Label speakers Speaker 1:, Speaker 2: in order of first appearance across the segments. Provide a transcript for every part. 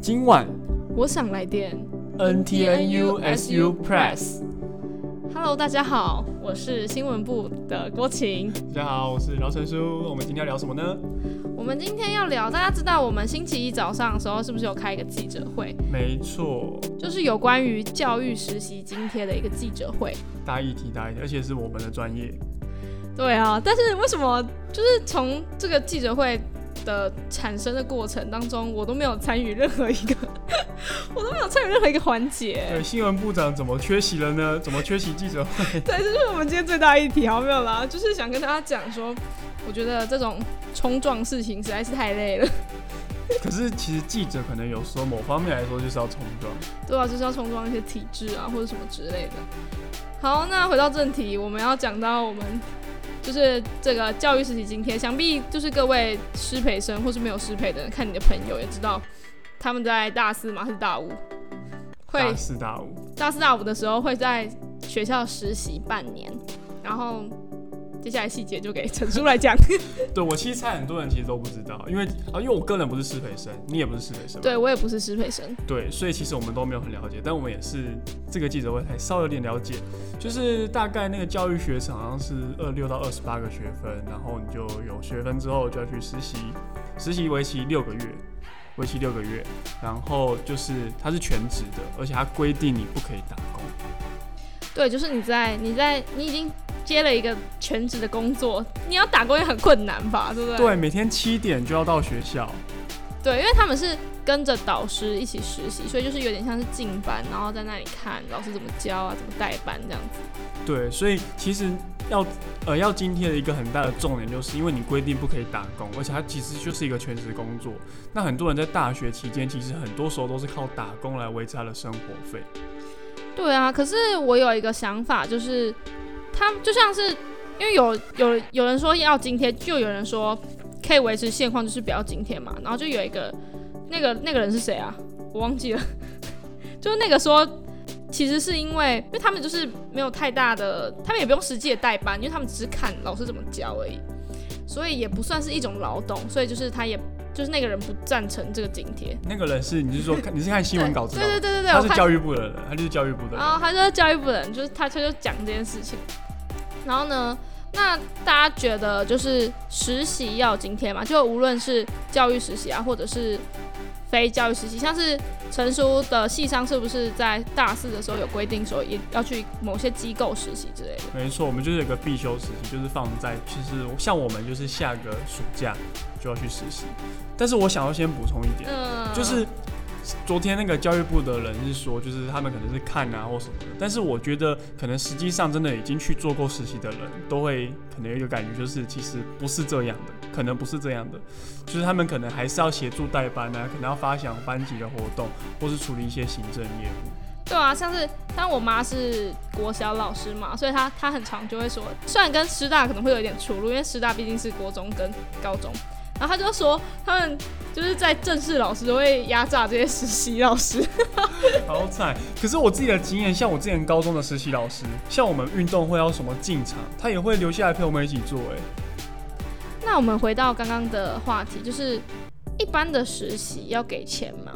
Speaker 1: 今晚
Speaker 2: 我想来电。
Speaker 1: NTNU SU Press。
Speaker 2: Hello，大家好，我是新闻部的郭晴。
Speaker 1: 大家好，我是饶成书。我们今天要聊什么呢？
Speaker 2: 我们今天要聊，大家知道我们星期一早上的时候是不是有开一个记者会？
Speaker 1: 没错，
Speaker 2: 就是有关于教育实习津贴的一个记者会。
Speaker 1: 大议题，大议题，而且是我们的专业。
Speaker 2: 对啊，但是为什么就是从这个记者会的产生的过程当中，我都没有参与任何一个， 我都没有参与任何一个环节。
Speaker 1: 对，新闻部长怎么缺席了呢？怎么缺席记者 会？
Speaker 2: 对，这是我们今天最大议题，好没有啦，就是想跟大家讲说，我觉得这种冲撞事情实在是太累了，
Speaker 1: 可是其实记者可能有时候某方面来说就是要冲撞。
Speaker 2: 对啊，就是要冲撞一些体制啊或者什么之类的。好，那回到正题，我们要讲到我们就是这个教育实习津贴，想必就是各位师培生或是没有师培的，看你的朋友也知道，他们在大四嘛还是大五，会
Speaker 1: 大四大五，
Speaker 2: 大四大五的时候会在学校实习半年，然后接下来细节就给陈叔来 讲。
Speaker 1: 对我其实猜很多人其实都不知道，因为啊，因为我个人不是师培生，你也不是师培生嘛，
Speaker 2: 对我也不是师培生，
Speaker 1: 对，所以其实我们都没有很了解，但我们也是这个记者会才稍微有点了解，就是大概那个教育学程好像是二六到二十八个学分，然后你就有学分之后就要去实习，实习为期六个月，为期六个月，然后就是它是全职的，而且它规定你不可以打工，
Speaker 2: 对，就是你在你在你已经接了一个全职的工作，你要打工也很困难吧，对不对？
Speaker 1: 对，每天七点就要到学校，
Speaker 2: 对因为他们是跟着导师一起实习，所以就是有点像是进班，然后在那里看老师怎么教啊，怎么带班这样子。
Speaker 1: 对，所以其实要呃要津贴的一个很大的重点，就是因为你规定不可以打工，而且它其实就是一个全职工作。那很多人在大学期间，其实很多时候都是靠打工来维持他的生活费。
Speaker 2: 对啊，可是我有一个想法，就是他们就像是因为有有有人说要津贴，就有人说可以维持现况，就是不要津贴嘛。然后就有一个那个那个人是谁啊？我忘记了， 就是那个说。其实是因为，因为他们就是没有太大的，他们也不用实际的代班，因为他们只是看老师怎么教而已，所以也不算是一种劳动，所以就是他也就是那个人不赞成这个津贴。
Speaker 1: 那个人是你是说看你是看新闻稿知道吗？
Speaker 2: 对对对对对，
Speaker 1: 他
Speaker 2: 我
Speaker 1: 是
Speaker 2: 看哦
Speaker 1: 教育部的人，他就是教育部的人
Speaker 2: 然。后他就教育部的人，就是他他就讲这件事情。然后呢，那大家觉得就是实习要有津贴嘛？就无论是教育实习啊，或者是非教育实习，像是陈叔的系上是不是在大四的时候有规定说也要去某些机构实习之类的？
Speaker 1: 没错，我们就是有一个必修实习，就是放在其实像我们就是下个暑假就要去实习。但是我想要先补充一点，
Speaker 2: 嗯，
Speaker 1: 就是昨天那个教育部的人是说，就是他们可能是看啊或什么的，但是我觉得可能实际上真的已经去做过实习的人，都会可能有一个感觉，就是其实不是这样的，可能不是这样的，就是他们可能还是要协助代班啊，可能要发想班级的活动，或是处理一些行政业务。
Speaker 2: 对啊，像是但我妈是国小老师嘛，所以她她很常就会说，虽然跟师大可能会有一点出入，因为师大毕竟是国中跟高中，然后她就说他们就是在正式老师都会压榨这些实习老师，
Speaker 1: 好惨！可是我自己的经验，像我之前高中的实习老师，像我们运动会要什么进场，他也会留下来陪我们一起做、欸。
Speaker 2: 那我们回到刚刚的话题，就是一般的实习要给钱吗？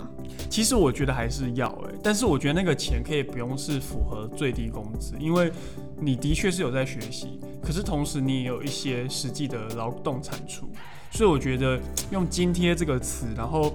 Speaker 1: 其实我觉得还是要哎、但是我觉得那个钱可以不用是符合最低工资，因为你的确是有在学习，可是同时你也有一些实际的劳动产出，所以我觉得用津贴这个词，然后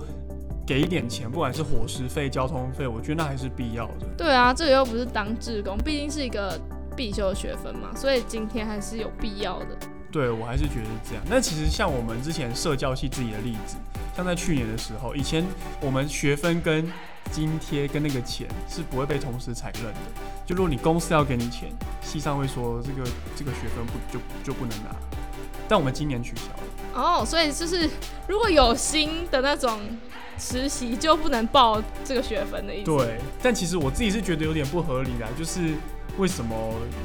Speaker 1: 给一点钱，不管是伙食费、交通费，我觉得那还是必要的。
Speaker 2: 对啊，这个又不是当志工，毕竟是一个必修的学分嘛，所以今天还是有必要的。
Speaker 1: 对我还是觉得是这样。那其实像我们之前社教系自己的例子，像在去年的时候，以前我们学分跟津贴跟那个钱是不会被同时采认的。就如果你公司要给你钱，系上会说这个这个学分不就就不能拿。但我们今年取消了，
Speaker 2: 哦，所以就是如果有新的那种实习，就不能报这个学分的意思。，
Speaker 1: 对。但其实我自己是觉得有点不合理啦，就是为什么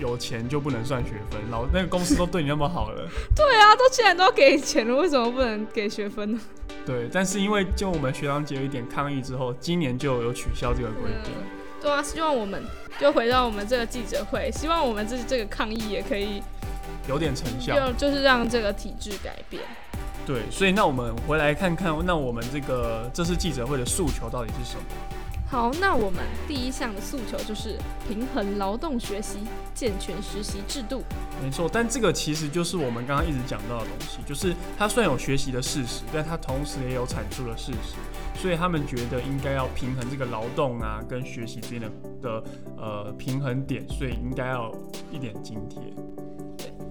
Speaker 1: 有钱就不能算学分？老那个公司都对你那么好了，
Speaker 2: 大家都既然都要给钱了，为什么不能给学分呢？
Speaker 1: 对。但是因为就我们学长姐有一点抗议之后，今年就有取消这个规定。
Speaker 2: 嗯对啊，希望我们就回到我们这个记者会，希望我们这这个抗议也可以
Speaker 1: 有点成效。
Speaker 2: 就就是让这个体制改变。
Speaker 1: 对，所以那我们回来看看，那我们这个这次记者会的诉求到底是什么？
Speaker 2: 好，那我们第一项的诉求就是平衡劳动学习，健全实习制度。
Speaker 1: 没错，但这个其实就是我们刚刚一直讲到的东西，就是它虽然有学习的事实，但它同时也有产出的事实，所以他们觉得应该要平衡这个劳动啊跟学习之间的的呃平衡点，所以应该要一点津贴。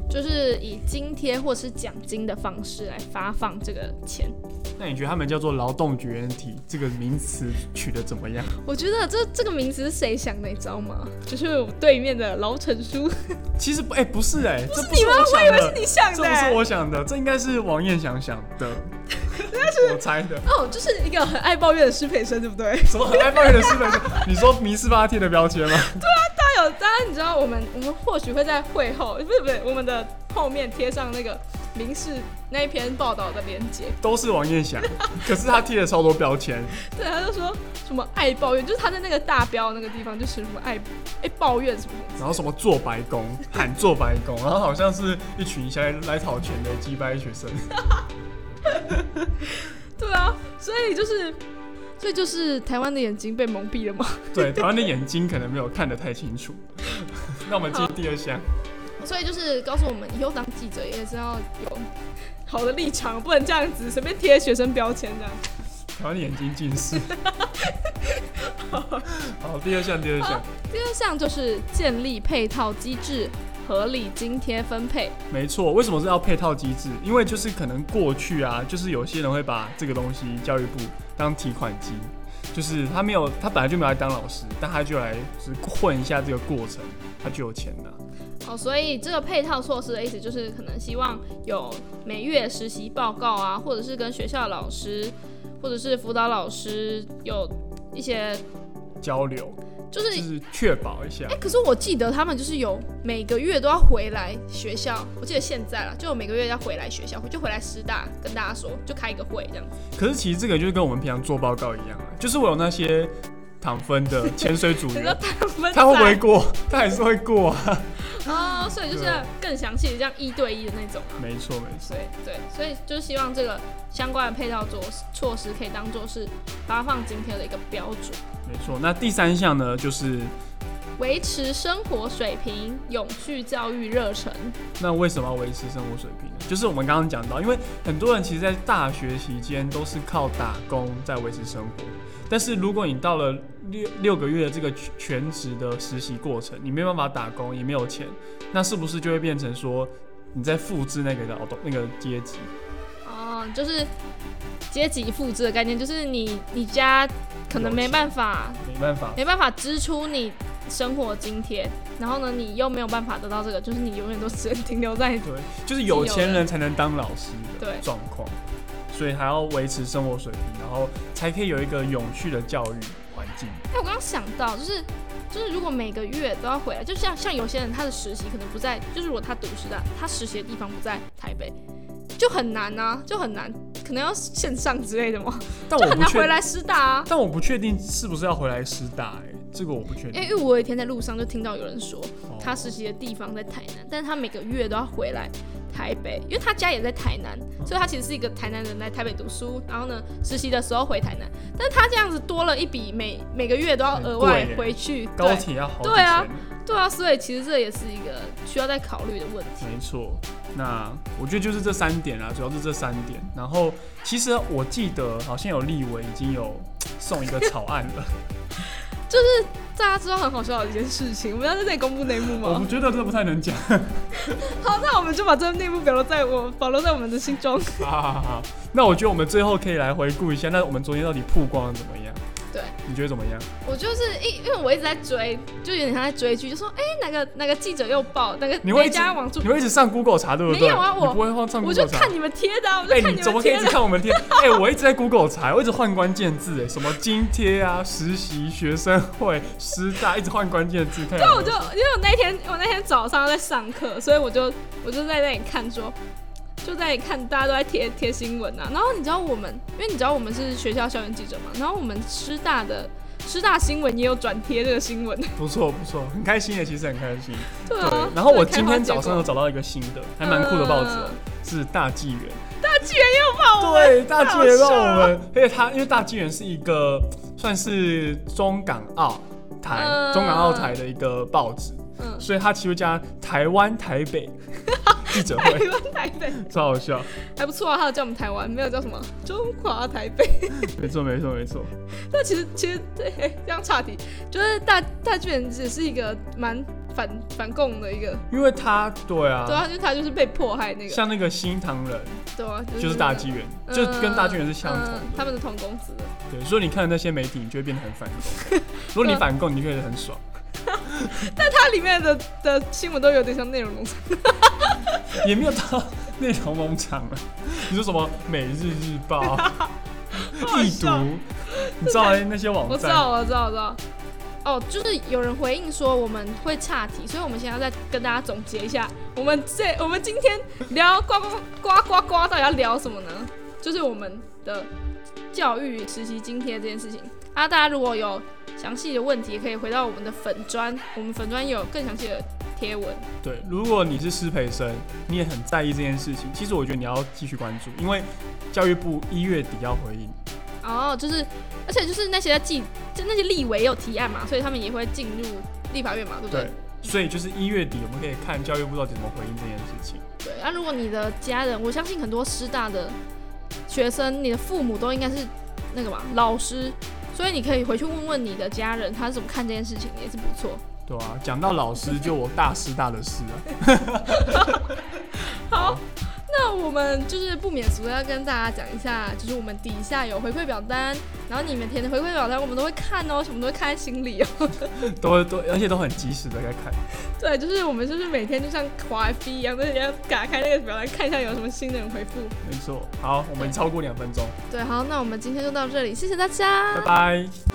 Speaker 2: 就是以津贴或是奖金的方式来发放这个钱。
Speaker 1: 那你觉得他们叫做劳动绝缘体这个名词取得怎么样？
Speaker 2: 我觉得这这个名词是谁想的，你知道吗？就是我对面的老陈叔，
Speaker 1: 其实不，哎、不是哎、 这不
Speaker 2: 你吗
Speaker 1: 我？
Speaker 2: 我
Speaker 1: 想
Speaker 2: 以为
Speaker 1: 的
Speaker 2: 是你想
Speaker 1: 这
Speaker 2: 的、
Speaker 1: 不
Speaker 2: 欸
Speaker 1: 是我想的，这应该是王彦祥想的，那是我啊猜的。
Speaker 2: 哦，就是一个很爱抱怨的师培生，对 不对？
Speaker 1: 什么 iPhone 的四本是？你说迷失八贴的标签吗？
Speaker 2: 大家有，大家你知道，我们我们或许会在会后，不是不是，我们的后面贴上那个民事那一篇报道的链接。
Speaker 1: 都是王彦祥，可是他贴了超多标签。
Speaker 2: 对，他就说什么爱抱怨，就是他在那个大标那个地方，就是什么爱哎抱怨什么什么。
Speaker 1: 然后什么做白工，喊做白工，然后好像是一群现在来讨钱的鸡掰学生。
Speaker 2: 对啊，所以就是，所以就是台湾的眼睛被蒙蔽了嘛。
Speaker 1: 对，台湾的眼睛可能没有看得太清楚。 那我们进第二项，
Speaker 2: 所以就是告诉我们，以后当记者也是要有好的立场，不能这样子随便贴学生标签这样。
Speaker 1: 台湾的眼睛近视。好，第二项，第二项，
Speaker 2: 第二项就是建立配套机制，合理津贴分配。
Speaker 1: 没错。为什么是要配套机制？因为就是可能过去啊，就是有些人会把这个东西教育部当提款机，就是他没有，他本来就没有来当老师，但他就来只混一下这个过程，他就有钱拿。
Speaker 2: 哦，所以这个配套措施的意思就是，可能希望有每月实习报告啊，或者是跟学校老师，或者是辅导老师有一些，
Speaker 1: 交流，
Speaker 2: 就
Speaker 1: 就
Speaker 2: 是哎、
Speaker 1: 是确保一下。
Speaker 2: 可是我记得他们就是有每个月都要回来学校，我记得现在啦，就有每个月要回来学校，就回来师大跟大家说，就开一个会这样子。
Speaker 1: 可是其实这个就是跟我们平常做报告一样啊，就是我有那些躺分的潜水组
Speaker 2: 你说
Speaker 1: 员，
Speaker 2: 他们
Speaker 1: 他会不 会过？他还是会过啊。
Speaker 2: 啊、哦？所以就是要更详细的这样一对一的那种。
Speaker 1: 没错没错，
Speaker 2: 所以对，所以就是希望这个相关的配套措措施可以当做是发放津贴的一个标准，
Speaker 1: 没错。那第三项呢，就是
Speaker 2: 维持生活水平，永续教育热忱。
Speaker 1: 那为什么要维持生活水平呢？就是我们刚刚讲到，因为很多人其实，在大学期间都是靠打工在维持生活，但是如果你到了六六个月的这个全全职的实习过程，你没办法打工，也没有钱，那是不是就会变成说你在复制那个劳动那个阶级？
Speaker 2: 哦，就是阶级复制的概念，就是你你家可能没办法
Speaker 1: 没办法，
Speaker 2: 没办法支出你生活津贴，然后呢你又没有办法得到这个，就是你永远都只能停留在
Speaker 1: 对，就是有钱人才能当老师的
Speaker 2: 对
Speaker 1: 状况，所以还要维持生活水平，然后才可以有一个永续的教育环境。
Speaker 2: 哎，我刚刚想到，就是就是如果每个月都要回来，就像像有些人他的实习可能不在，就是如果他读师大，他实习的地方不在台北，就很难啊，就很难，可能要线上之类的嘛，
Speaker 1: 但
Speaker 2: 就
Speaker 1: 我
Speaker 2: 很
Speaker 1: 不
Speaker 2: 难
Speaker 1: 确
Speaker 2: 回来师大啊。
Speaker 1: 但我不确定是不是要回来师大、欸，这个我不确
Speaker 2: 哎因
Speaker 1: 定。
Speaker 2: 为我有一天在路上就听到有人说，
Speaker 1: 哦
Speaker 2: 他实习的地方在台南，但是他每个月都要回来台北，因为他家也在台南，所以他其实是一个台南人，来台北读书，然后呢实习的时候回台南，但是他这样子多了一笔每每个月都要
Speaker 1: 很
Speaker 2: 额
Speaker 1: 贵
Speaker 2: 外
Speaker 1: 耶
Speaker 2: 回去
Speaker 1: 高
Speaker 2: 对
Speaker 1: 铁要好几
Speaker 2: 对啊
Speaker 1: 千，
Speaker 2: 对啊，所以其实这也是一个需要再考虑的问题。
Speaker 1: 没错。那我觉得就是这三点啊啦，主要是这三点。然后其实我记得好像有立委已经有送一个草案 了，
Speaker 2: 大家知道很好笑的一件事情，我们要在这里公布内幕
Speaker 1: 我
Speaker 2: 吗
Speaker 1: 不？觉得这不太能讲。
Speaker 2: 好，那我们就把这个内幕表露在我保留在我们的心中。
Speaker 1: 好好好好，那我觉得我们最后可以来回顾一下，那我们昨天到底曝光的怎么样？
Speaker 2: 对，
Speaker 1: 你觉得怎么样？
Speaker 2: 我就是因因为我一直在追，就有点像在追剧，就说哎、哪个哪个记者又爆，哪个
Speaker 1: 你会
Speaker 2: 哪家网主
Speaker 1: 你，会一直上 Google 查对不对？
Speaker 2: 没有啊我
Speaker 1: 你不会放上
Speaker 2: 我就
Speaker 1: Google 查。
Speaker 2: 看你们贴的、啊，我
Speaker 1: 哎、
Speaker 2: 就看
Speaker 1: 你怎
Speaker 2: 们
Speaker 1: 么可以
Speaker 2: 贴
Speaker 1: 一直
Speaker 2: 的。
Speaker 1: 看我们贴？哎、我一直在 Google 查，我一直换关键字，哎，什么津贴啊、实习学生会、师大，一直换关键字。看有没
Speaker 2: 那
Speaker 1: 有
Speaker 2: 啊我就因为我那天我那天早上在上课，所以我就我就在那里看说，就在那里看大家都在贴贴新闻啊。然后你知道我们，因为你知道我们是学校校园记者嘛，然后我们师大的师大新闻也有转贴这个新闻，
Speaker 1: 不错不错，很开心的，其实很开心。
Speaker 2: 对啊。
Speaker 1: 然后我
Speaker 2: 这个
Speaker 1: 今
Speaker 2: 开花
Speaker 1: 天
Speaker 2: 结果
Speaker 1: 早上有找到一个新的，还蛮酷的报纸哦、
Speaker 2: 嗯
Speaker 1: 是大纪元。大
Speaker 2: 纪元也有泡我们，
Speaker 1: 对，大纪元让我
Speaker 2: 太哦好啊
Speaker 1: 们，而且它因为大纪元是一个算是中港澳台、
Speaker 2: 嗯
Speaker 1: 中港澳台的一个报纸，
Speaker 2: 嗯，
Speaker 1: 所以它其实加台湾台 北记者
Speaker 2: 台
Speaker 1: 会，
Speaker 2: 湾台北
Speaker 1: 超好笑。
Speaker 2: 还不错啊，他有叫我们台湾，没有叫什么中华台北。
Speaker 1: 没错，没错，没错。
Speaker 2: 但其实其实 对，这样岔题，就是大大巨人只是一个蛮反反共的一个，
Speaker 1: 因为他对啊，
Speaker 2: 对啊，就是他就是被迫害那个，
Speaker 1: 像那个新唐人
Speaker 2: 对啊，就是、
Speaker 1: 就是大纪元，
Speaker 2: 嗯，
Speaker 1: 就跟大纪元是相同
Speaker 2: 嗯
Speaker 1: 的。
Speaker 2: 他们是同公司的，
Speaker 1: 对，所以你看那些媒体，你就会变得很反共。 如果你反共，你就会很爽。
Speaker 2: 它里面的的新闻都有点像内容农场，
Speaker 1: 也没有到内容农场啊。你说什么《每日日报》
Speaker 2: 好
Speaker 1: 易
Speaker 2: 笑
Speaker 1: 读，你知道那些网
Speaker 2: 我知
Speaker 1: 站
Speaker 2: 道，我知道，我知道。哦，就是有人回应说我们会岔题，所以我们现在再跟大家总结一下，我们这我们今天聊呱呱呱呱呱到底要聊什么呢？就是我们的教育实习津贴这件事情啊。大家如果有详细的问题，可以回到我们的粉砖，我们粉砖有更详细的贴文。
Speaker 1: 对，如果你是师培生，你也很在意这件事情，其实我觉得你要继续关注，因为教育部一月底要回应。
Speaker 2: 哦，就是，而且就是那些在记，就那些立委也有提案嘛，所以他们也会进入立法院嘛，对不对？
Speaker 1: 对，所以就是一月底我们可以看教育部到底怎么回应这件事情。
Speaker 2: 对，那、如果你的家人，我相信很多师大的学生，你的父母都应该是那个嘛老师，所以你可以回去问问你的家人，他是怎么看这件事情，也是不错。
Speaker 1: 对啊，讲到老师，就我大师大的师啊。
Speaker 2: 好，那我们就是不免俗地要跟大家讲一下，就是我们底下有回馈表单，然后你们填的回馈表单我们都会看哦，我们都会看在心里哦。
Speaker 1: 都都，而且都很及时的在看。
Speaker 2: 对，就是我们就是每天就像滑 F 一样，就是要打开那个表单看一下有什么新的人回复。
Speaker 1: 没错，好，我们超过两分钟，
Speaker 2: 对，好，那我们今天就到这里，谢谢大家，
Speaker 1: 拜拜。